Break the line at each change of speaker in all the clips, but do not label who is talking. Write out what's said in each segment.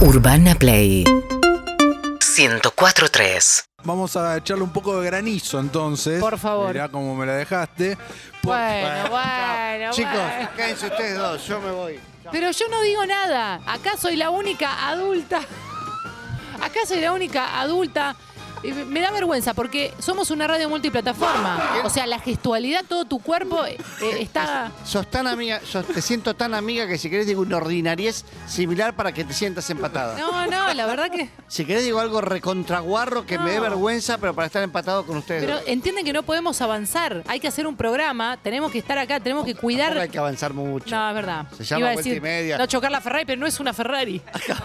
Urbana Play 104.3
Vamos a echarle un poco de granizo entonces.
Por favor.
Mirá cómo me la dejaste. Por-
Bueno, bueno,
Chicos,
bueno.
quédense ustedes dos, yo me voy.
Pero yo no digo nada. Acá soy la única adulta. Acá soy la única adulta. Y me- Me da vergüenza porque somos una radio multiplataforma. O sea, la gestualidad, todo tu cuerpo eh, está.
Sos tan amiga, sos- te siento tan amiga que si querés digo una ordinariez similar para que te sientas empatada.
No, no, la verdad que.
Si querés digo algo recontraguarro que me dé
No.
vergüenza, pero para estar empatado con ustedes.
Pero
dos.
entienden que no podemos avanzar. Hay que hacer un programa, tenemos que estar acá, tenemos que
Ahora hay
cuidar.
que avanzar mucho.
No, es verdad.
Se llama
Iba a
vuelta
decir,
y media.
No chocar la Ferrari, pero no es una Ferrari.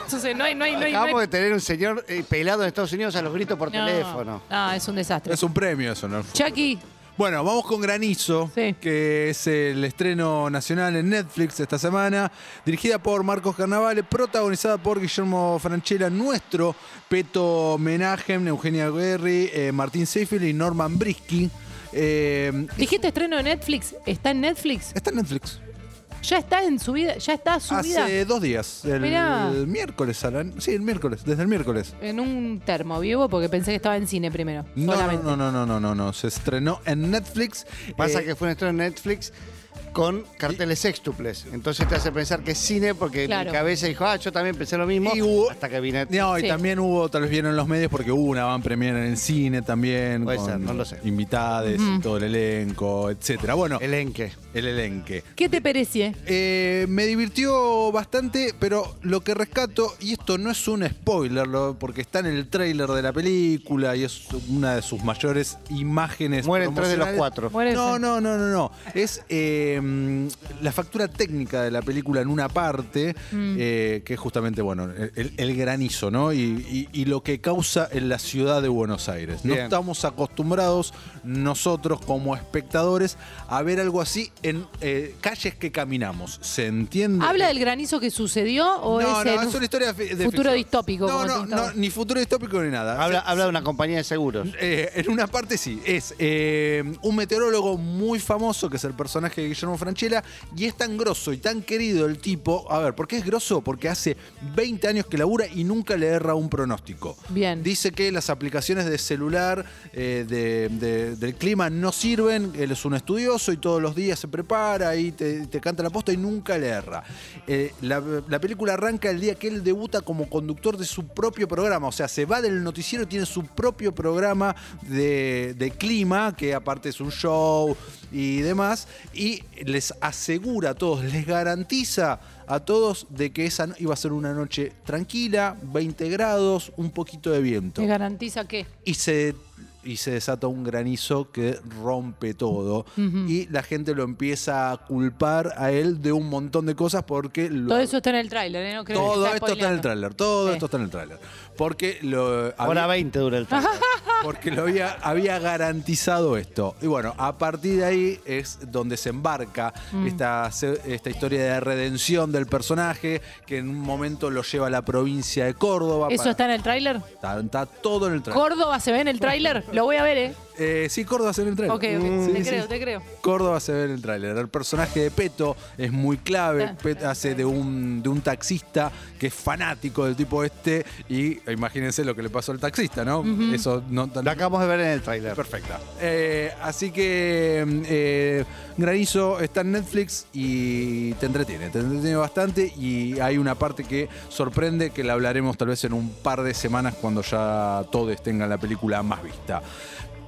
Entonces, no hay, no hay, no hay. no hay-
Acabamos de tener un señor eh, pelado en Estados Unidos a los gritos por
no.
teléfono.
No, es un desastre.
Es un premio eso, ¿no?
Chucky,
Bueno, vamos con Granizo,
Sí.
que es el estreno nacional en Netflix esta semana, dirigida por Marcos Carnavale, protagonizada por Guillermo Franchella, nuestro Peto Menahem, Eugenia Guerri, eh, Martín Seyfield y Norman Brisky. Eh,
dijiste estreno de Netflix. ¿Está en Netflix?
está en Netflix.
Ya está en su vida, ya está subida
Hace dos días. El
Mirá.
miércoles, Alan. Sí, el miércoles, desde el miércoles.
en un termo vivo porque pensé que estaba en cine primero.
No,
solamente.
no, no, no, no, no, no. Se estrenó en Netflix.
Pasa
Eh,
que fue un estreno en Netflix con carteles sextuples. Entonces te hace pensar que es cine porque
Claro.
mi cabeza dijo, ah, yo también pensé lo mismo.
Y hubo-
Hasta que vine.
No, y
Sí.
también hubo, tal vez vieron en los medios, porque hubo una van premier en el cine también.
Puede ser, no lo sé.
Invitades y todo el elenco, etcétera. Bueno, el,
Elenque.
elenque.
¿Qué te perecie?
Eh, me divirtió bastante, pero lo que rescato, y esto no es un spoiler, lo- porque está en el tráiler de la película y es una de sus mayores imágenes.
Mueren tres de los
promocionales.
cuatro.
Muere
No,
ese.
no, no, no, no. Es eh, mm, la factura técnica de la película en una parte,
Mm.
eh, que es justamente, bueno, el, el- el granizo, ¿no? Y, y- y lo que causa en la ciudad de Buenos Aires. No
Bien.
estamos acostumbrados nosotros como espectadores a ver algo así en eh, calles que caminamos. ¿Se entiende?
¿Habla del granizo que sucedió o
no,
es,
no,
en
es una historia fi- de
futuro
ficción.
distópico?
No,
como
no,
tú estabas?
no, ni futuro distópico ni nada.
Habla, habla de una compañía de seguros.
Eh, en una parte sí, es eh, un meteorólogo muy famoso, que es el personaje de Guillermo Franchella, y es tan grosso y tan querido el tipo. A ver, ¿por qué es grosso? Porque hace 20 años que labura y nunca le erra un pronóstico.
Bien.
Dice que las aplicaciones de celular eh, de- de- del clima no sirven, él es un estudioso y todos los días se prepara y te, te canta la posta y nunca le erra. Eh, la, la película arranca el día que él debuta como conductor de su propio programa, o sea, se va del noticiero y tiene su propio programa de, de clima, que aparte es un show y demás, y les asegura a todos, les garantiza a todos de que esa no- iba a ser una noche tranquila, 20 grados, un poquito de viento.
¿Te garantiza qué?
Y se, y se desata un granizo que rompe todo. Y la gente lo empieza a culpar a él de un montón de cosas porque lo-
Todo eso está en el tráiler, ¿eh? No creo que
todo
está
esto está en el
spoileando.
tráiler, todo
Sí.
esto está en el tráiler. Porque lo
Hora 20 dura el tiempo.
porque lo había, había garantizado esto. Y bueno, a partir de ahí es donde se embarca
Mm.
esta, se- esta historia de redención del personaje, que en un momento lo lleva a la provincia de Córdoba.
¿Eso
para-
está en el tráiler?
está, está todo en el tráiler.
¿Córdoba se ve en el tráiler? Lo voy a ver, ¿eh?
Eh, sí, Córdoba se ve en el
Ok,
tráiler. Mm.
ok.
Sí,
te
sí.
creo, te creo.
Córdoba se ve en el tráiler. El personaje de Peto es muy clave.
Ah.
Pet hace de un, de un taxista que es fanático del tipo este. Y imagínense lo que le pasó al taxista, ¿no? Eso no tan.
Lo acabamos de ver en el tráiler.
Perfecta. Eh, así que mm, eh, Granizo está en Netflix y te entretiene, te entretiene bastante y hay una parte que sorprende que la hablaremos tal vez en un par de semanas cuando ya todos tengan la película más vista.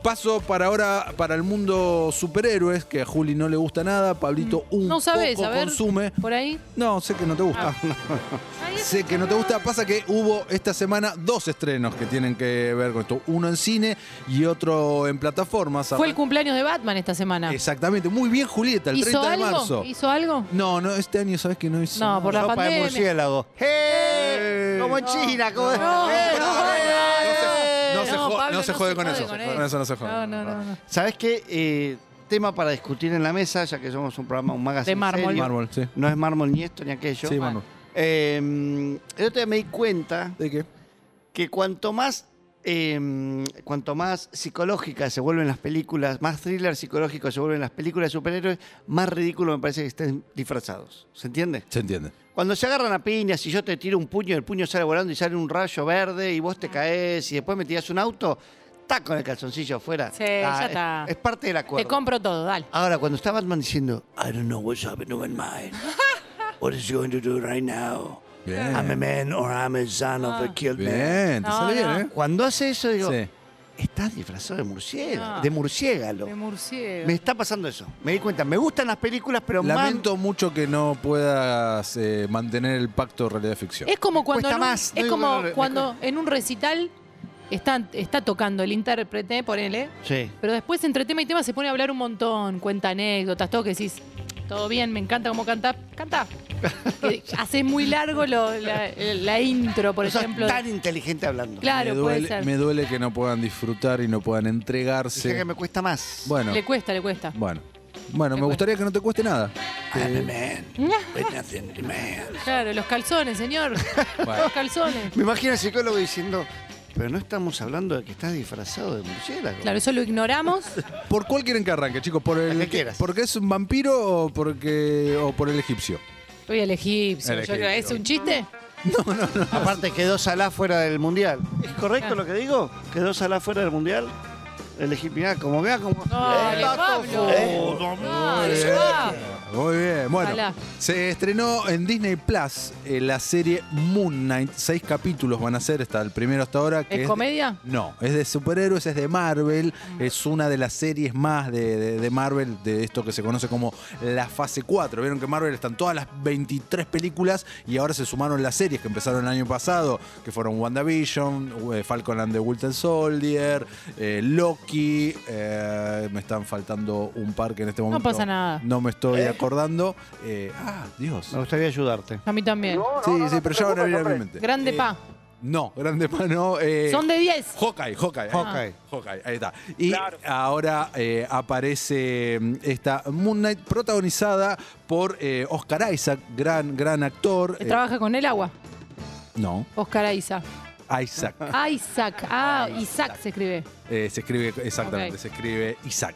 Paso para ahora para el mundo superhéroes, que a Juli no le gusta nada, Pablito un
Mm. No sabes,
poco
a ver. Ah.
consume.
¿Por ahí?
No, sé que no te gusta.
Ahí está.
Sé que no te gusta, pasa que hubo esta semana dos estrenos que tienen que ver con esto. Uno en cine y otro en plataformas.
Fue el cumpleaños de Batman esta semana.
Exactamente, muy bien Julieta, el
Ah. ¿Hizo
30 de
algo?
marzo.
¿Hizo algo?
No, no, este año sabes que no hizo.
No, por la
Sopa
pandemia.
de murciélago. ¡Eh! Como en China, como
No,
¡Eh!
no,
no, no se jo-
Pablo,
no se jode con eso, con eso no se jode.
No, no, no, no.
¿Sabés qué? Eh, tema para discutir en la mesa, ya que somos un programa, un magazine.
De mármol.
serio.
Mármol, sí.
No es mármol ni esto ni aquello. Em,
Sí, mármol.
Eh, el otro día me di cuenta
¿De qué?
que cuanto más eh, cuanto más psicológicas se vuelven las películas, más thriller psicológico se vuelven las películas de superhéroes, más ridículo me parece que estén disfrazados. ¿Se entiende?
Se entiende.
Cuando se agarran a piñas y yo te tiro un puño, el puño sale volando y sale un rayo verde y vos
Ah.
te caes y después me tirás un auto, está con el calzoncillo afuera. Ah,
Sí, ya está.
Es, es parte del
Te
acuerdo.
compro todo, dale.
Ahora, cuando está Batman diciendo, I don't know what's happening in mine. What is he going to do right now?
Bien.
I'm a man or I'm a son of a killed man.
Bien, te
Ah. No,
sale
no.
bien,
Cuando hace eso, digo,
¿eh?
estás disfrazado de murciélago.
No.
De murciégalo.
Ah. De murciélago.
Me está pasando eso. Me di cuenta. Me gustan las películas, pero
Sí. Lamento mucho que no puedas eh, mantener el pacto realidad-ficción.
Es como cuando,
cuesta
en un,
más, no
es
digo
como
que no le-
cuando en un recital están, está tocando el intérprete, ponele,
más. Sí.
pero después entre tema y tema se pone a hablar un montón, cuenta anécdotas, todo que decís, todo bien, me encanta cómo cantás, cantá. Que hace muy largo lo- la, la intro, por
No sos
ejemplo.
tan inteligente hablando.
Claro,
me,
puede
duele,
ser.
me duele que no puedan disfrutar y no puedan
Dije
entregarse.
que me cuesta más.
Bueno,
Le cuesta, le cuesta.
bueno. Bueno, me gustaría que no te cueste nada. eh.
I'm a man with nothing to man.
Claro, los calzones, señor.
Bueno.
Los calzones.
Me imagino al psicólogo diciendo, pero no estamos hablando de que estás disfrazado de murciélago.
Claro, eso lo ignoramos.
¿Por cuál quieren que arranque, chicos? ¿Por el
que quieras.
porque es un vampiro o porque o por el egipcio?
Voy al egipcio.
Al
yo creo- ¿Es
egipcio.
un chiste?
Aparte quedó Salah fuera del mundial. ¿Es correcto lo que digo? ¿Quedó Salah fuera del mundial? Elegí, mirá, como vea, como.
Dale, Pablo. Oh,
¿Eh?
Dale, va.
Muy bien, bueno.
Ojalá.
Se estrenó en Disney Plus eh, la serie Moon Knight. Seis capítulos van a ser, está el primero hasta ahora. Que
¿Es
de-
comedia?
no, es de superhéroes, es de Marvel.
Mm.
Es una de las series más de, de- de Marvel, de esto que se conoce como la fase 4. Vieron que Marvel están todas las 23 películas y ahora se sumaron las series que empezaron el año pasado, que fueron WandaVision, eh, Falcon and the Winter Soldier, eh, Loki. eh, me están faltando un par que en este momento
pasa nada.
no me estoy acordando. Eh, ah, Dios.
Me gustaría ayudarte.
A mí también.
sí, sí, pero ya van a venir a mi mente.
Grande
Eh,
pa.
No, grande pa no. eh,
Son de 10.
Hawkeye, Hawkeye.
Hawkeye.
Ah, Hawkeye, ahí está. Y ahora eh, aparece mm, esta Moon Knight protagonizada por eh, Oscar Isaac, gran, gran actor.
Que
Eh,
Trabaja con el agua.
no,
Oscar Isaac.
Isaac.
Isaac. Ah, Isaac se escribe.
Eh, se escribe, exactamente,
Ok.
se escribe Isaac.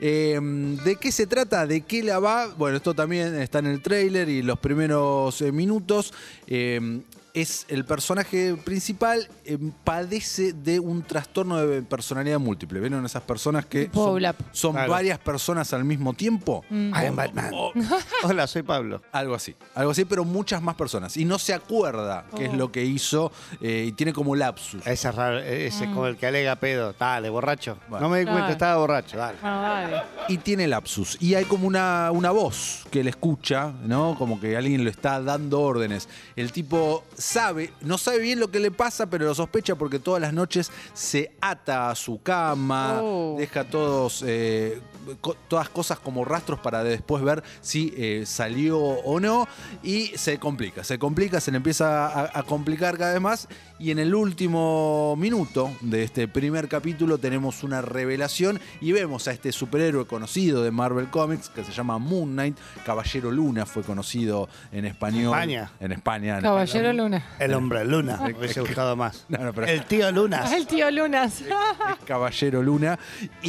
Eh, ¿De qué se trata? ¿De qué la va? Bueno, esto también está en el tráiler y los primeros eh, minutos. Eh, es el personaje principal, eh, padece de un trastorno de personalidad múltiple. ¿Vieron esas personas que
Tipo
son,
Blap.
son
Claro.
varias personas al mismo tiempo?
Mm.
I am Batman. Hola, soy Pablo.
Algo así, algo así, pero muchas más personas. Y no se acuerda qué es
Oh.
lo que hizo eh, y tiene como lapsus.
Ese es raro, ese es como el que alega pedo. Dale, borracho.
Bueno.
No me di
Mm. Claro.
cuenta, estaba borracho. Dale.
Ah, vale.
y tiene lapsus. Y hay como una, una voz que le escucha, ¿no? Como que alguien le está dando órdenes. El tipo sabe, no sabe bien lo que le pasa, pero lo sospecha porque todas las noches se ata a su cama,
Oh.
deja todos, eh, co- todas cosas como rastros para después ver si eh, salió o no. Y se complica, se complica, se le empieza a, a complicar cada vez más. Y en el último minuto de este primer capítulo tenemos una revelación y vemos a este superhéroe conocido de Marvel Comics que se llama Moon Knight. Caballero Luna fue conocido en español.
España.
En España. en
Caballero Luna.
El hombre luna. Me hubiese gustado más.
No, no, pero-
El tío Lunas.
Ah, El tío Lunas.
es Caballero Luna.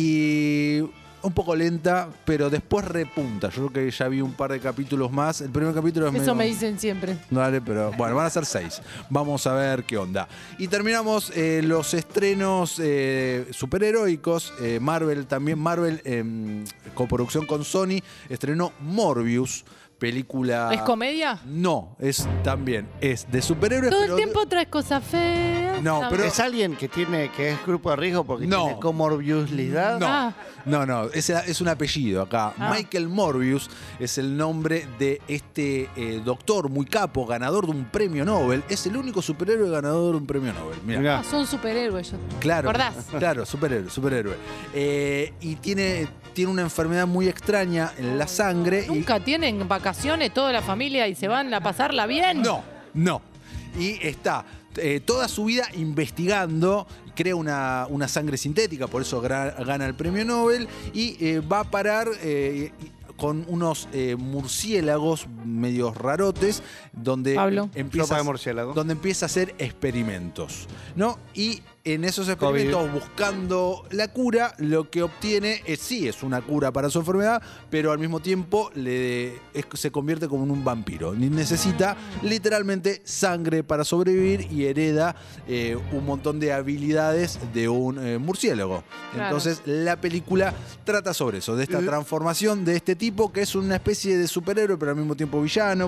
Y un poco lenta, pero después repunta. Yo creo que ya vi un par de capítulos más. El primer capítulo es
Eso
medio-
me dicen siempre.
Dale, pero bueno, van a ser seis. Vamos a ver qué onda. Y terminamos eh, los estrenos eh, superheroicos. Eh, Marvel también, Marvel en coproducción con Sony, estrenó Morbius, película...
¿Es comedia?
No, es también, es de superhéroes.
Todo el
pero-
tiempo traes cosas feas. Ah,
No, pero-
¿Es alguien que tiene que es grupo de riesgo porque
No.
tiene comorbilidad?
No,
Ah.
no, no, es, es un apellido acá.
Ah.
Michael Morbius es el nombre de este eh, doctor muy capo, ganador de un premio Nobel. Es el único superhéroe ganador de un premio Nobel. Mirá.
Mirá.
Ah, son superhéroes. yo-
Claro.
¿Acordás?
Claro, superhéroe, superhéroe. Eh, y tiene, tiene una enfermedad muy extraña en la sangre. y-
Nunca tienen vacaciones toda la familia y se van a pasarla bien.
No, no. Y está eh, toda su vida investigando, crea una, una sangre sintética, por eso gra- gana el premio Nobel, y eh, va a parar eh, y- con unos eh, murciélagos medios rarotes, donde
Pablo.
empieza
Sopa
a-
de murciélago.
donde empieza a hacer experimentos, ¿no? Y en esos experimentos buscando la cura, lo que obtiene es sí, es una cura para su enfermedad, pero al mismo tiempo le, es- se convierte como en un vampiro. Ni Necesita literalmente sangre para sobrevivir y hereda eh, un montón de habilidades de un eh, murciélago.
Claro.
Entonces la película trata sobre eso, de esta
L-
transformación de este tipo que es una especie de superhéroe pero al mismo tiempo villano,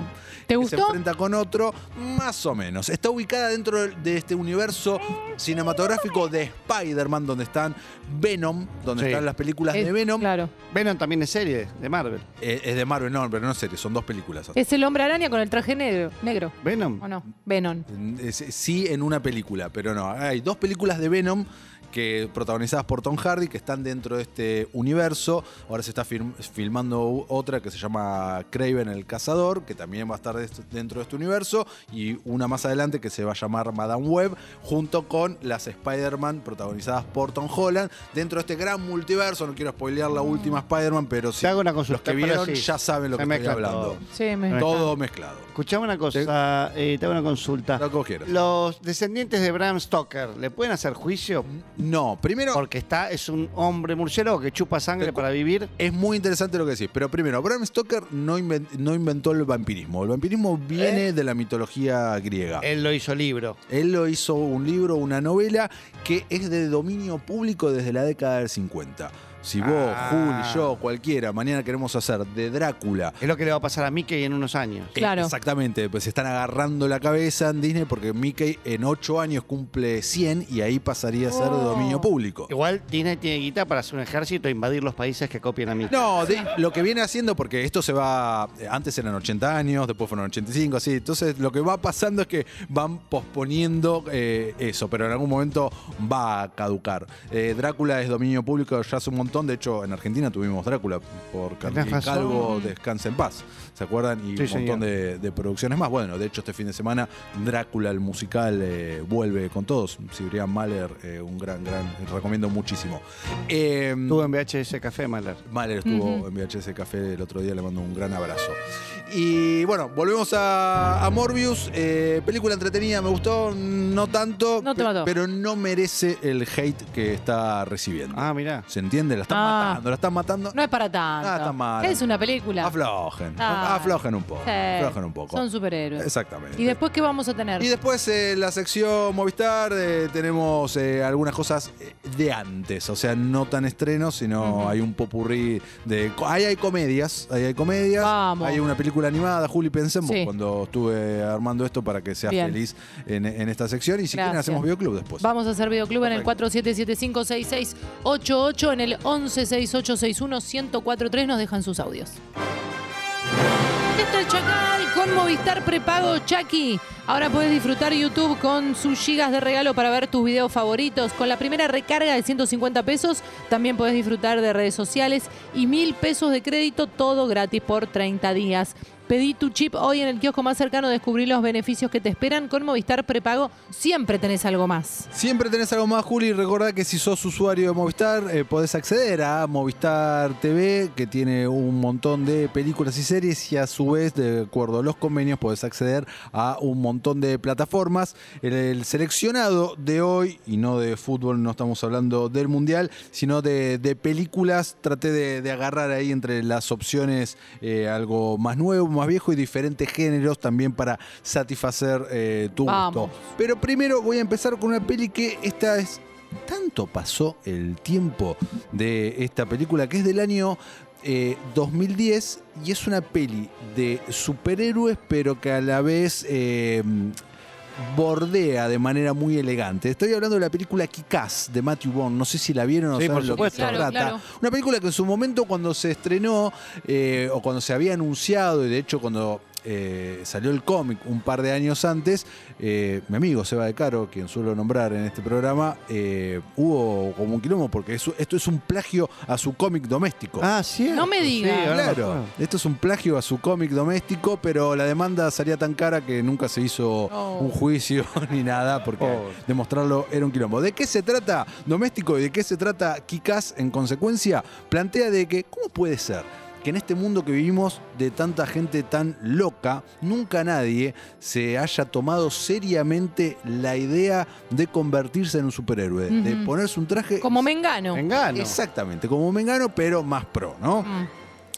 que
¿Te
se
gustó?
enfrenta con otro, más o menos. Está ubicada dentro de este universo
Eh,
cinematográfico de Spider-Man, donde están Venom, donde
Sí.
están las películas
Es-
de Venom.
Claro.
Venom también es serie de Marvel.
Eh, es de Marvel, no, pero no es serie, son dos películas.
Es el hombre araña con el traje negro. Negro.
Venom.
¿O no? Venom.
Es- Sí, en una película, pero no. Hay dos películas de Venom que protagonizadas por Tom Hardy que están dentro de este universo. Ahora se está film- filmando u- otra que se llama Craven el Cazador, que también va a estar dest- dentro de este universo, y una más adelante que se va a llamar Madame Web, junto con las Spider-Man protagonizadas por Tom Holland, dentro de este gran multiverso. No quiero spoilear la última Spider-Man, pero sí,
Te hago una consulta.
los que
pero
vieron
sí,
ya saben lo
se
que estoy
mezcla
hablando.
todo.
Sí, me...
Todo.
Todo mezclado.
Escuchame una cosa, eh, te hago una consulta.
Lo que quieras.
Los descendientes de Bram Stoker, ¿le pueden hacer juicio?
No, primero
Porque está, es un hombre murciélago que chupa sangre
Te cu-
para vivir.
Es muy interesante lo que decís, pero primero, Bram Stoker no, inven- no inventó el vampirismo. El vampirismo viene de la mitología griega.
Él lo hizo libro.
Él lo hizo un libro, una novela, que es de dominio público desde la década del 50. Si vos,
Ah.
Juli, yo, cualquiera, mañana queremos hacer de Drácula.
Es lo que le va a pasar a Mickey en unos años.
eh,
Claro.
Exactamente, pues se están agarrando la cabeza en Disney porque Mickey en 8 años cumple 100 y ahí pasaría a ser de
Oh.
dominio público.
Igual Disney tiene guita para hacer un ejército e invadir los países que copian a Mickey.
No, de- lo que viene haciendo, porque esto se va. eh, Antes eran 80 años, después fueron 85, así. Entonces, lo que va pasando es que van posponiendo eh, eso, pero en algún momento va a caducar. Eh, Drácula es dominio público ya hace un montón. De hecho, en Argentina tuvimos Drácula por Carmen
Tenés razón.
Calvo, Descansa en Paz. ¿Se acuerdan? Y
Sí,
un montón
señor.
de, de producciones más. Bueno, de hecho, este fin de semana, Drácula, el musical, eh, vuelve con todos. Cibrián Mahler, eh, un gran, gran. Recomiendo muchísimo. Eh,
Estuvo en VHS Café, Maler.
Mahler estuvo
Ujú.
en VHS Café el otro día, le mando un gran abrazo. Y bueno, volvemos a, a Morbius. eh, película entretenida, me gustó, no tanto,
No te
pe-
mató.
pero no merece el hate que está recibiendo.
Ah, mirá.
¿Se entiende? La están
Ah.
matando, la están matando.
No es para tanto.
Ah, está mal.
Es una película.
Aflojen,
Ah.
aflojen un poco.
Sí.
Aflojen un poco.
Son superhéroes.
Exactamente.
¿Y después qué vamos a tener?
Y después eh, la sección Movistar eh, tenemos eh, algunas cosas eh, de antes, o sea, no tan estrenos, sino
Ujú.
hay un popurrí de... co- Ahí hay comedias, ahí hay comedias.
Vamos.
Hay una película animada, Juli, pensemos
Sí.
cuando estuve armando esto para que seas
Bien.
feliz en, en esta sección y si quieren
Gracias.
hacemos videoclub después.
Vamos a hacer videoclub en el
Pues, Perfecto.
47756688, en el 116861-1043 nos dejan sus audios. Esto es Chacal con Movistar prepago Chucky. Ahora puedes disfrutar YouTube con sus gigas de regalo para ver tus videos favoritos. Con la primera recarga de 150 pesos, también puedes disfrutar de redes sociales y mil pesos de crédito, todo gratis por 30 días. Pedí tu chip hoy en el kiosco más cercano, descubrí los beneficios que te esperan. Con Movistar prepago siempre tenés algo más.
Siempre tenés algo más, Juli. Recordá que si sos usuario de Movistar, eh, podés acceder a Movistar TV, que tiene un montón de películas y series, y a su vez, de acuerdo a los convenios, podés acceder a un montón de plataformas. El, el seleccionado de hoy, y no de fútbol, no estamos hablando del Mundial, sino de, de películas, traté de, de agarrar ahí entre las opciones eh, algo más nuevo, más viejo y diferentes géneros también para satisfacer eh, tu
Vamos.
gusto. Pero primero voy a empezar con una peli que esta es. Tanto pasó el tiempo de esta película que es del año eh, 2010 y es una peli de superhéroes, pero que a la vez eh, bordea de manera muy elegante. Estoy hablando de la película Kikaz de Matthew Bond. No sé si la vieron o
Sí,
saben
por
lo que se
supuesto.
Claro,
trata.
claro.
Una película que en su momento cuando se estrenó eh, o cuando se había anunciado y de hecho cuando eh, salió el cómic un par de años antes, eh, mi amigo Seba de Caro, quien suelo nombrar en este programa, eh, hubo como un quilombo porque es- esto es un plagio a su cómic doméstico.
Ah, cierto.
No me digas.
Sí, ahora me
Claro,
acuerdo.
esto es un plagio a su cómic doméstico, pero la demanda salía tan cara que nunca se hizo
No.
un juicio ni nada, porque
Oh.
demostrarlo era un quilombo. ¿De qué se trata doméstico y de qué se trata Kikaz en consecuencia? Plantea de que, ¿cómo puede ser? que en este mundo que vivimos de tanta gente tan loca, nunca nadie se haya tomado seriamente la idea de convertirse en un superhéroe, de
Ujú.
ponerse un traje.
Como Mengano.
Engano.
Exactamente, como Mengano, pero más pro, ¿no?
Mm.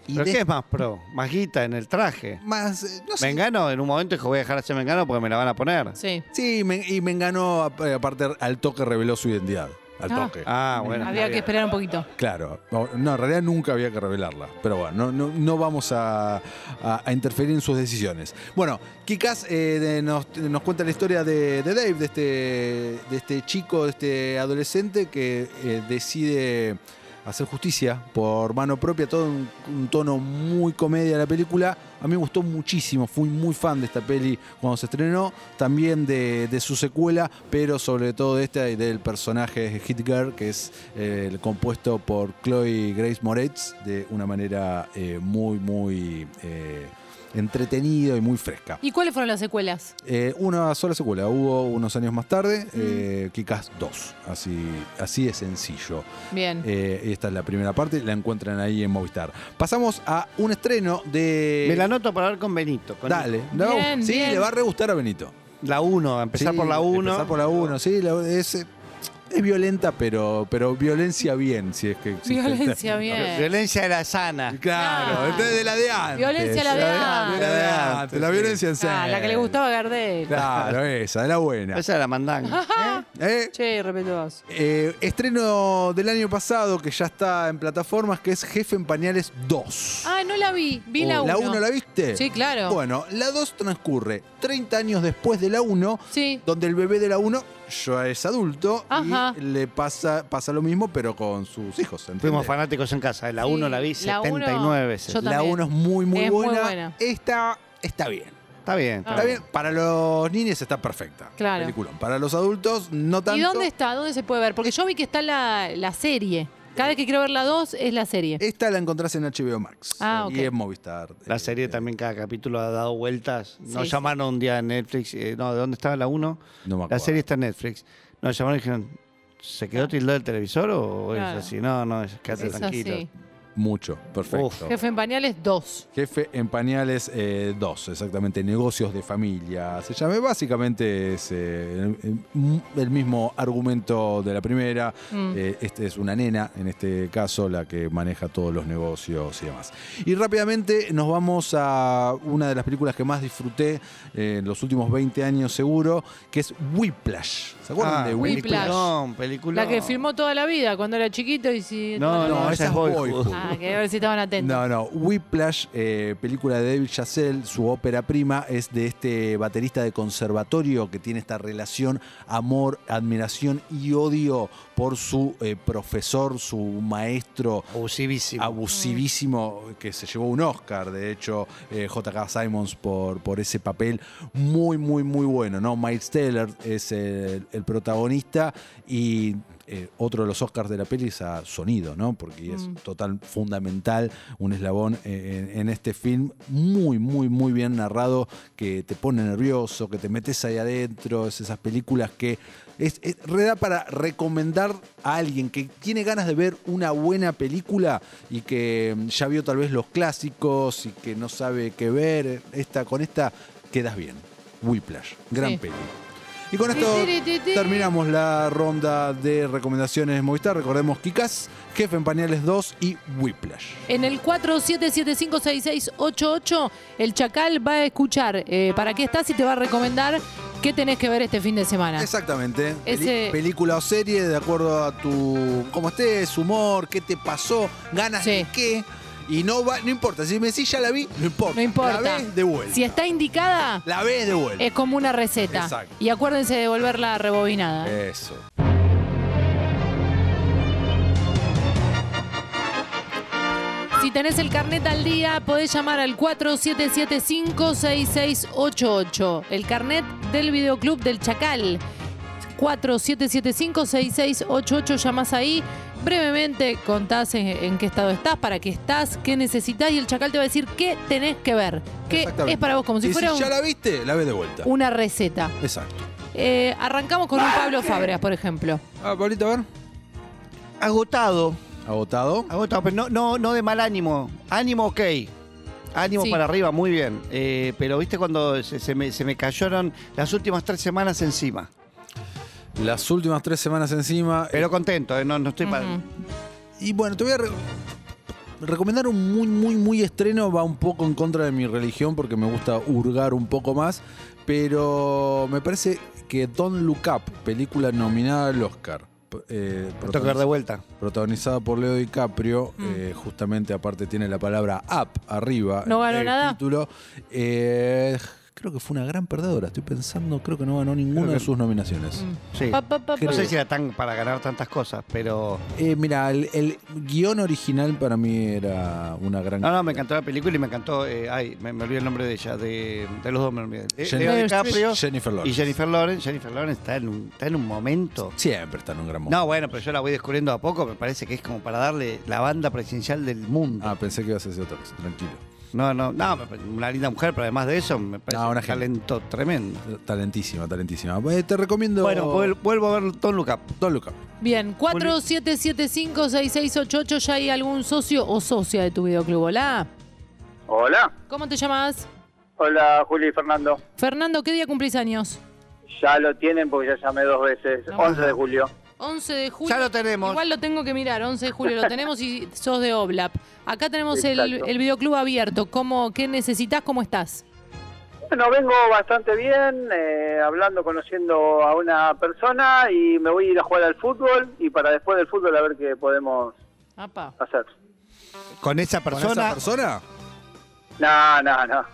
Y
¿Pero
de-
qué es más pro? Más guita en el traje.
más, eh, no sé,
Mengano, en un momento dijo, voy a dejar de ser Mengano porque me la van a poner.
Sí.
Sí, me- y Mengano, ap- eh, aparte, al toque reveló su identidad. Al
Ah.
toque.
Ah, bueno.
Había que esperar un poquito.
Claro. No, no, en realidad nunca había que revelarla. Pero bueno, no, no- no vamos a, a- a interferir en sus decisiones. Bueno, Kikas eh, de- nos, nos cuenta la historia de, de Dave, de este, de este chico, de este adolescente que eh, decide hacer justicia por mano propia, todo un, un tono muy comedia de la película. A mí me gustó muchísimo, fui muy fan de esta peli cuando se estrenó, también de, de su secuela, pero sobre todo de esta y del personaje Hitger, que es eh, el compuesto por Chloe Grace Moretz, de una manera eh, muy, muy eh, entretenido y muy fresca.
¿Y cuáles fueron las secuelas?
Eh, una sola secuela, hubo unos años más tarde, eh, Kikas 2, así, así de sencillo.
Bien.
Eh, esta es la primera parte, la encuentran ahí en Movistar. Pasamos a un estreno de.
Me la anoto para ver con Benito. con-
Dale, la va-
Bien,
sí,
bien.
le va a re gustar a Benito.
La 1, empezar
Sí,
por la 1.
Empezar por la 1, sí, la- es, eh, es violenta, pero, pero violencia bien, si es que existe el
Violencia,
término.
bien.
Violencia de la sana.
Claro,
Claro.
entonces de la de antes.
Violencia la de
La de antes, la
Sí.
violencia en serio.
Ah, la que le gustaba a Gardel.
Claro, esa, de la buena.
Esa era mandanga.
¿Eh?
Che, respetuoso.
Eh, estreno del año pasado que ya está en plataformas, que es Jefe en Pañales 2.
Ah, no la vi. Vi la 1.
Oh, ¿La 1 la viste?
Sí, claro.
Bueno, la 2 transcurre 30 años después de la 1,
Sí.
donde el bebé de la 1 ya es adulto
Ajá.
y le pasa, pasa lo mismo, pero con sus hijos. ¿entendés?
Fuimos fanáticos en casa. eh, La
Sí,
1 la vi
la
79
uno,
veces.
yo
La
también.
1 es muy, muy
Es muy
buena.
buena.
Esta está bien.
Está bien. Está
Ah.
Está bien. Para los niños está perfecta.
Claro.
Peliculón. Para los adultos, no tanto.
¿Y dónde está? ¿Dónde se puede ver? Porque yo vi que está la, la serie. Cada vez que quiero ver la 2 es la serie.
Esta la encontrás en HBO Max
Ah,
y
ok.
en Movistar.
La
Eh,
serie también, cada capítulo ha dado vueltas. Nos
Sí,
llamaron un día a Netflix. eh, no, ¿de dónde estaba la 1?
No me acuerdo.
La serie está en Netflix. Nos llamaron y dijeron, ¿se quedó tildado el televisor o
Claro.
es así? No, no, es, quédate
Es
tranquilo.
así.
Mucho. Perfecto.
Jefe en pañales 2.
Jefe en Pañales 2, exactamente, negocios de familia. Se llama básicamente es, eh, el, el mismo argumento de la primera.
Mm.
Eh, este es una nena, en este caso, la que maneja todos los negocios y demás. Y rápidamente nos vamos a una de las películas que más disfruté eh, en los últimos 20 años seguro, que es Whiplash. ¿Se acuerdan
Ah,
de
Whiplash?
Whiplash?
Peliculón, peliculón.
La que filmó toda la vida cuando era chiquito y si.
No, no,
No, esa
esa es
es
Boyhood.
Boyhood.
Ah, quería ver si estaban atentos.
No, no. Whiplash, eh, película de David Chazelle, su ópera prima, es de este baterista de conservatorio que tiene esta relación, amor, admiración y odio por su eh, profesor, su maestro
Abusivísimo.
abusivísimo que se llevó un Oscar, de hecho, eh, JK Simons por, por ese papel muy, muy, muy bueno, ¿no? Miles Taylor es el, el protagonista y eh, otro de los Oscars de la peli es a sonido, ¿no? Porque es
Mm.
total fundamental, un eslabón eh, en, en este film muy, muy, muy bien narrado, que te pone nervioso, que te metes ahí adentro, es esas películas que es, es reda para recomendar a alguien que tiene ganas de ver una buena película y que mm, ya vio tal vez los clásicos y que no sabe qué ver. Esta, con esta quedas bien. Whiplash, gran
Sí.
peli. Y con esto
Ti, ti, ti, ti.
terminamos la ronda de recomendaciones Movistar. Recordemos Kikas, Jefe en Pañales 2 y Whiplash.
En el 47756688, el Chacal va a escuchar eh, para qué estás y te va a recomendar qué tenés que ver este fin de semana.
Exactamente.
Ese-
Peli- película o serie, de acuerdo a tu. cómo estés, humor, qué te pasó, ganas
Sí.
de qué. Y no va, no importa. Si me decís ya la vi, no importa.
No importa.
La ves de vuelta.
Si está indicada,
La ves de vuelta.
es como una receta.
Exacto. Eh,
Y acuérdense de volverla rebobinada.
Eso.
Si tenés el carnet al día, podés llamar al 4775-6688. El carnet del videoclub del Chacal. 4775-6688. Llamás ahí. Brevemente contás en, en qué estado estás, para qué estás, qué necesitas y el Chacal te va a decir qué tenés que ver. Que
Exactamente.
es para vos como si
Y
fuera un-
ya la viste, la ves de vuelta.
una receta.
Exacto.
Eh, arrancamos con un Pablo Fábregas, por ejemplo.
Ah, Pablito, a ver.
Agotado.
¿Agotado?
Agotado, pero no, no, no de mal ánimo. Ánimo, ok. Ánimo
Sí.
para arriba, muy bien. Eh, pero viste cuando se, se me, se me cayeron las últimas tres semanas encima.
Las últimas tres semanas encima.
Pero contento, eh, no, no estoy para.
Ujú.
Y bueno, te voy a re- recomendar un muy, muy, muy estreno. Va un poco en contra de mi religión porque me gusta hurgar un poco más. Pero me parece que Don't Look Up, película nominada al Oscar. p- eh,
Me tengo que ver de vuelta.
protagonizada por Leo DiCaprio,
Mm.
eh, justamente aparte tiene la palabra up arriba.
¿No
en
ganó
el
nada?
Título. Eh, creo que fue una gran perdedora. Estoy pensando, creo que no ganó ninguna
que-
de sus nominaciones.
Mm.
Sí.
Pa, pa, pa, pa.
No sé si era tan para ganar tantas cosas, pero.
Eh, mira, el, el guión original para mí era una gran.
No, no, me encantó la película y me encantó. eh, ay, me, me olvidé el nombre de ella, de, de los dos me olvidé. De-
Jennifer-
Eh, Leo DiCaprio
Jennifer Lawrence.
y Jennifer Lawrence. Jennifer Lawrence está en un, está en un momento.
Siempre está en un gran momento.
No, bueno, pero yo la voy descubriendo a poco. Me parece que es como para darle la banda presidencial del mundo.
Ah, pensé que ibas a decir otra cosa, tranquilo.
No, no, no, me parece una linda mujer, pero además de eso, me parece
No, una
un talento tremendo.
Talentísima, talentísima. Eh, te recomiendo.
Bueno, vuel- vuelvo a ver Don Look Up.
Don't Look Up.
Bien, 4775-6688, ¿ya hay algún socio o socia de tu videoclub? Hola,
Hola.
¿cómo te llamas?
Hola, Juli y Fernando.
Fernando, ¿qué día cumplís años?
Ya lo tienen porque ya llamé dos veces.
No.
11 de julio.
11 de julio.
Ya lo tenemos.
Igual lo tengo que mirar, 11 de julio. Lo tenemos y sos de Oblap. Acá tenemos el,
Exacto.
el videoclub abierto. ¿Cómo, ¿Qué necesitas? ¿Cómo estás?
Bueno, vengo bastante bien, eh, hablando, conociendo a una persona y me voy a ir a jugar al fútbol y para después del fútbol a ver qué podemos
Apa.
hacer.
Con esa
¿Con
persona.
esa persona?
No, no, no.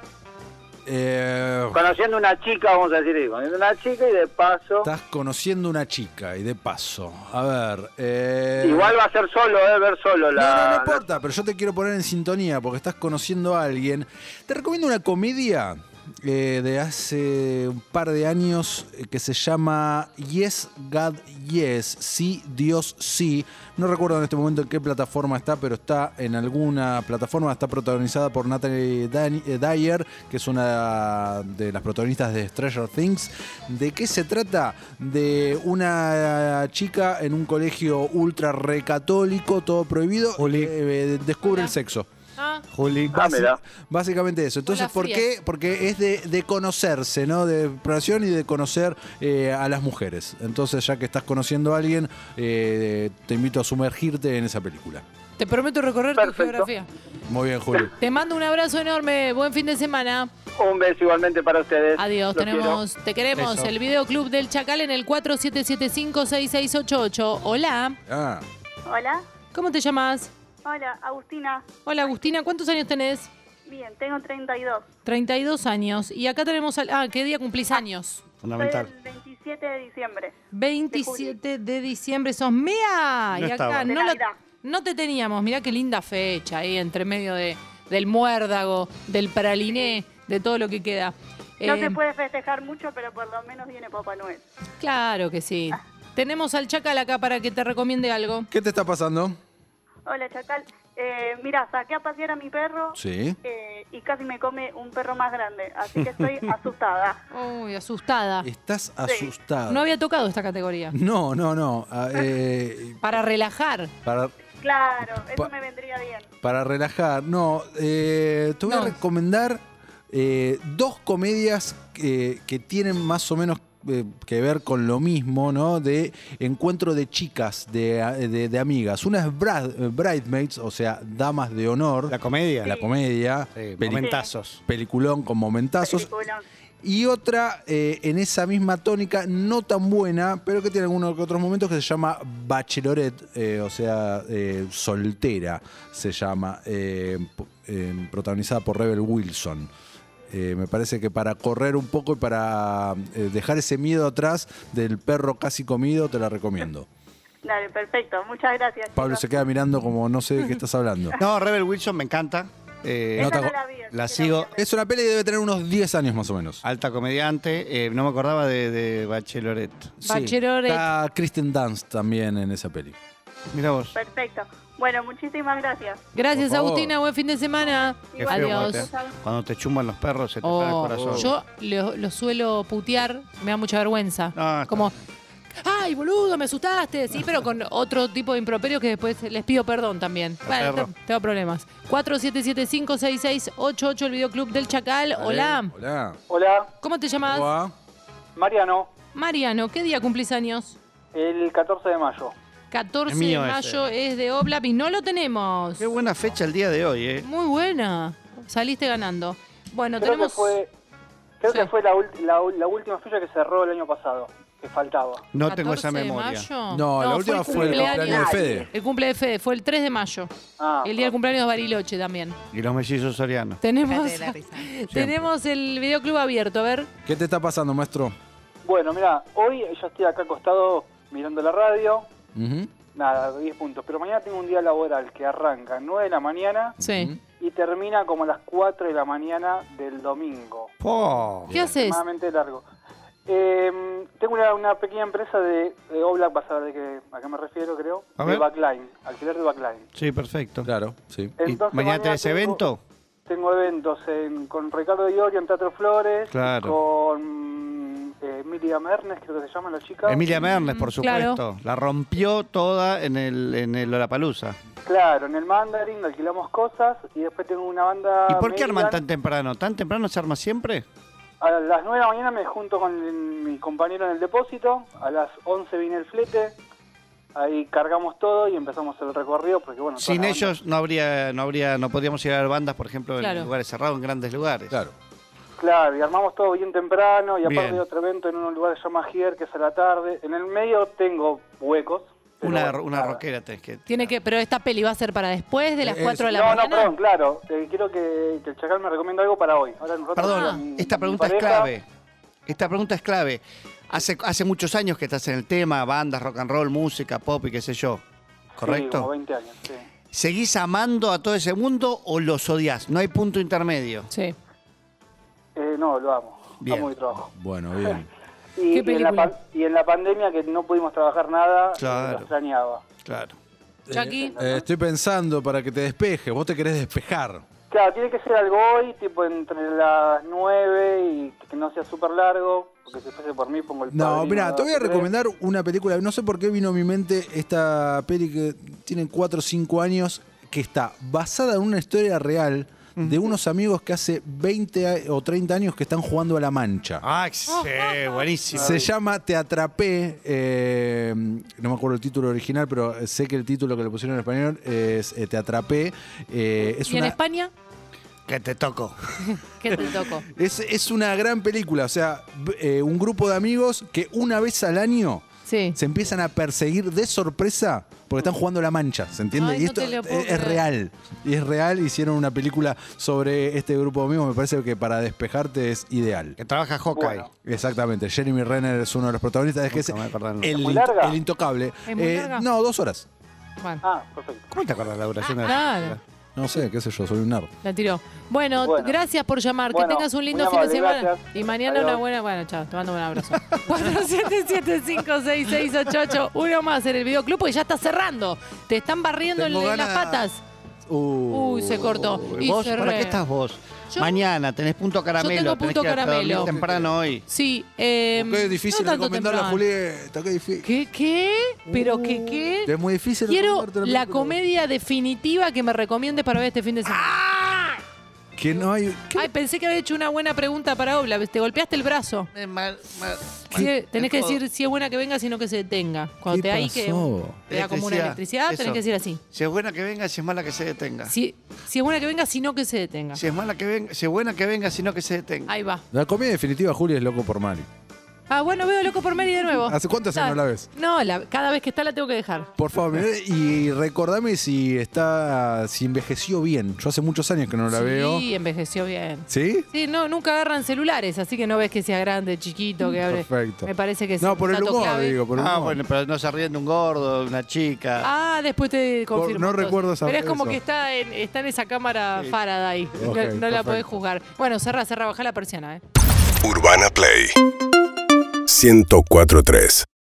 Eh,
Conociendo una chica, vamos a decir, ahí, conociendo una chica y de paso...
estás conociendo una chica y de paso. A ver. eh,
Igual va a ser solo, eh, ver solo
No, no, no
la...
importa, pero yo te quiero poner en sintonía porque estás conociendo a alguien. Te recomiendo una comedia eh, de hace un par de años eh, que se llama Yes, God, Yes, Sí, Dios, Sí. No recuerdo en este momento en qué plataforma está, pero está en alguna plataforma. Está protagonizada por Natalie Dan- eh, Dyer, que es una de las protagonistas de Stranger Things. ¿De qué se trata? De una chica en un colegio ultra recatólico, todo prohibido,
Juli.
eh, descubre el
Hola.
sexo.
Ah,
Juli.
Ah, mira.
Básicamente eso. Entonces,
Hola,
¿por
fría.
qué? Porque es de, de conocerse, ¿no? De exploración y de conocer eh, a las mujeres. Entonces, ya que estás conociendo a alguien, eh, te invito a sumergirte en esa película.
te prometo recorrer tu
Perfecto.
geografía.
Muy bien, Julio.
Te mando un abrazo enorme. Buen fin de semana.
Un beso igualmente para ustedes.
Adiós,
Los quiero.
tenemos, te queremos,
Beso.
el videoclub del Chacal en el 4775-6688. Hola,
Ah,
Hola,
¿cómo te llamas?
hola, Agustina.
Hola, Agustina, ¿cuántos años tenés?
Bien, tengo 32.
32 años. Y acá tenemos... al- ah, ¿qué día cumplís años?
Fundamental.
Soy el 27 de diciembre.
27 de diciembre, sos mea.
No
y acá
estaba.
De
no, la-
Navidad.
no te teníamos. Mirá qué linda fecha ahí, entre medio de, del muérdago, del praliné, de todo lo que queda.
No
Eh,
se puede festejar mucho, pero por lo menos viene Papá Noel.
Claro que sí.
Ah.
Tenemos al Chacal acá para que te recomiende algo.
¿Qué te está pasando?
Hola, Chacal. Eh, mira, saqué a pasear a mi perro
Sí.
eh, y casi me come un perro más grande, así que estoy asustada.
Uy, asustada.
Estás asustada.
Ah. No había tocado esta categoría.
No, no, no. Ah, eh,
Para relajar.
para,
Claro,
Pa-
eso me vendría bien.
para relajar. No, eh, te voy
No.
a recomendar eh, dos comedias eh, que tienen más o menos eh, que ver con lo mismo, ¿no? De encuentro de chicas, de, a- de- de amigas. Una es Brad- eh, Bridesmaids, o sea, Damas de Honor,
La
la,
comedia.
comedia,
Sí,
peli-
momentazos.
peliculón con momentazos.
Peliculón.
Y otra eh, en esa misma tónica, no tan buena, pero que tiene algunos que otros momentos, que se llama Bachelorette, eh, o sea, eh, soltera se llama, eh, po- eh, protagonizada por Rebel Wilson. Eh, me parece que para correr un poco y para eh, dejar ese miedo atrás del perro casi comido, te la recomiendo.
Dale, perfecto. Muchas gracias.
Pablo se
chicos.
queda mirando como no sé de qué estás hablando.
No, Rebel Wilson me encanta. Eh,
No
Esa
te
no
acu-
la vi, así
la
que
sigo.
voy a ver.
Es una peli que debe tener unos 10 años más o menos.
Alta comediante. eh, no me acordaba de, de Bachelorette.
Sí,
Bachelorette.
Está Kristen Dunst también en esa peli.
Mira vos.
Perfecto. Bueno, muchísimas gracias.
Gracias,
Por favor.
Agustina. Buen fin de semana.
Qué feo
Adiós.
cuando te- Cuando te chumban los perros se te para el
Oh,
corazón.
yo lo, lo suelo putear, me da mucha vergüenza.
No, está
Como, ¡ah, ay, boludo, me asustaste. Sí, pero con otro tipo de improperio que después les pido perdón también. Bueno,
perro.
te- tengo problemas. 47756688, el videoclub del Chacal. Hola.
Hola.
Hola,
¿Cómo te llamas?
¿Cómo va?
Mariano,
Mariano, ¿qué día cumplís años?
el 14 de mayo.
14
Es
de
mío
mayo es de Oblap y no lo tenemos.
Qué buena fecha el día de hoy, ¿eh?
Muy buena. Saliste ganando. Bueno,
creo
tenemos.
que fue, creo
Sí.
que fue la, ult- la u- la última fecha que cerró el año pasado, que faltaba.
No tengo esa
14 de
memoria.
mayo.
No, la última fue el cumpleaños de Fede.
El cumple de Fede fue el 3 de mayo.
Ah,
El día del cumpleaños de Bariloche también.
Y los mellizos sorianos.
Tenemos,
Cate de la risa.
tenemos el videoclub abierto. A ver,
¿Qué te está pasando, maestro?
Bueno, mira, hoy yo estoy acá acostado mirando la radio,
Ujú.
nada, 10 puntos, pero mañana tengo un día laboral que arranca a 9 de la mañana
sí.
y termina como a las 4 de la mañana del domingo.
Po.
¿Qué haces?
Extremadamente largo. Eh, tengo una, una pequeña empresa de, de Oblak, vas a ver de qué, a qué me refiero, creo,
A
de
ver.
backline, alquiler de backline.
Sí, perfecto.
Claro, sí.
¿Y
Entonces,
mañana tenés
tengo-
evento?
Tengo eventos en- con Ricardo Iorio en Teatro Flores,
Claro.
con eh, Emilia Mernes, creo que se llama la chica.
Emilia Mernes, por
Mm, claro.
supuesto. La rompió toda en el, en el Lollapalooza.
Claro, en el Mandarin alquilamos cosas y después tengo una banda...
¿Y por qué
American.
arman tan temprano? ¿Tan temprano se arma siempre?
A las 9 de la mañana me junto con mi compañero en el depósito, a las 11 viene el flete, ahí cargamos todo y empezamos el recorrido porque bueno... toda
Sin
la banda-
ellos no habría, no habría, no podríamos ir a ver bandas, por ejemplo, en
Claro.
lugares cerrados, en grandes lugares.
Claro.
Claro, y armamos todo bien temprano y aparte
Bien.
de otro evento en un lugar que se llama Hier, que es a la tarde. En el medio tengo huecos. pero
Una,
bueno,
una
nada.
rockera tenés que.
Tiene que, pero esta peli va a ser para después de las
Es-
4 de la
No, no,
mañana.
perdón, claro. eh, quiero que, que el Chacal me recomienda algo para hoy. Ahora en un rato
Perdón,
mi-
esta
mi
pregunta es
pareja-
clave. Esta pregunta es clave. Hace, hace muchos años que estás en el tema, bandas, rock and roll, música, pop y qué sé yo.
Sí, como
¿Correcto?
20 años, sí.
¿Seguís amando a todo ese mundo o los odias? No hay punto intermedio.
Sí.
Eh, no, lo amo.
Bien.
Amo mi trabajo.
Bueno, bien.
Y,
¿Qué
y en la
película?
pan- y en la pandemia que no pudimos trabajar nada,
Claro.
lo extrañaba.
Claro.
Chucky,
Eh, estoy pensando para que te despejes. Vos te querés despejar.
Claro, tiene que ser algo hoy, tipo entre las 9 y que no sea súper largo, porque si fuese por mí pongo el
No,
Padrino,
mira,
dos
te voy a
o tres.
recomendar una película. No sé por qué vino a mi mente esta peli que tiene 4 o 5 años, que está basada en una historia real de unos amigos que hace 20 a- o 30 años que están jugando a la mancha.
Ah, sí, buenísimo.
Se llama Te atrapé, eh, no me acuerdo el título original, pero sé que el título que le pusieron en español es eh, Te atrapé. eh, es
¿y en
una-
España?
Que te toco.
¿Qué te toco?
Es, es una gran película, o sea, b- eh, un grupo de amigos que una vez al año
Sí.
se empiezan a perseguir de sorpresa porque están jugando la mancha, ¿se entiende?
Ay,
y
no
esto
te lo
es,
puedo
es
creer.
real, y es real, hicieron una película sobre este grupo de amigos, me parece que para despejarte es ideal.
Que trabaja Hawkeye.
Bueno.
Jeremy. Exactamente, Jeremy Renner es uno de los protagonistas, es que es
Nunca me voy a acordar el
el,
nombre.
¿Es muy larga?
el intocable. Eh,
¿Es muy larga?
No, dos horas.
Bueno,
Ah, perfecto.
¿Cómo te acuerdas la duración de la
Claro.
No sé, qué sé yo, soy un nerd.
la tiró. Bueno,
Bueno.
gracias por llamar.
Bueno,
que tengas un lindo
muy
fin de
amable,
semana.
gracias.
Y mañana
Adiós.
una buena. Bueno, chao, te mando un abrazo. 47756688. Uno más en el videoclub porque ya está cerrando. Te están barriendo en,
Tengo
en las
ganas-
patas.
Uh,
Uy, se cortó.
Uy,
Y
¿Vos?
se
¿Para
re-
qué estás vos?
Yo-
Mañana tenés punto caramelo.
tengo
tenés
punto
que irte a dormir
caramelo.
temprano hoy.
Sí. Eh,
Qué difícil
no tanto
recomendar a
temprano.
Julieta, qué difícil.
¿Qué? ¿Qué? ¿Pero qué qué?
Es muy difícil.
Quiero
recomendarte
la
película.
comedia definitiva que me recomiendes para ver este fin de semana.
Que no hay. Ah, ¿qué?
Ay, pensé que había hecho una buena pregunta para Obla. Te golpeaste el brazo.
Eh, mal- mal-
Sí,
mal-
tenés que
todo.
decir si es buena que venga, sino que se detenga. Cuando
¿Qué
te hay que
pasó?
te da como una
Electricidad,
electricidad, tenés
eso.
que decir así.
Si es buena que venga, si es mala que se
Ah.
detenga.
Si, si es buena que venga, sino que se detenga.
Si es mala que venga, si es buena que venga, si no que se detenga.
Ahí va.
La comedia definitiva, Juli, es loco por Mari.
Ah, bueno, veo Loco por Mary de nuevo.
¿Hace cuánto hace que no la ves?
No, la- cada vez que está la tengo que dejar.
Por favor, mirá, y recordame si está. si envejeció bien. Yo hace muchos años que no la
sí,
veo.
envejeció bien.
¿Sí?
Sí, no, nunca agarran celulares, así que no ves que sea grande, chiquito, que abre.
Perfecto.
Me parece que es
No,
un
por el
dato
humor,
clave.
digo, por el
Ah,
humor.
bueno, pero no se ríen de un gordo, de una chica.
Ah, después te confirmo.
no
entonces.
recuerdo esa-
Pero es como
eso.
que está en, está en esa cámara Faraday. no
Ok,
no la podés
perfecto.
juzgar. Bueno, cerra, cerra, baja la persiana, ¿eh?
Urbana Play 1043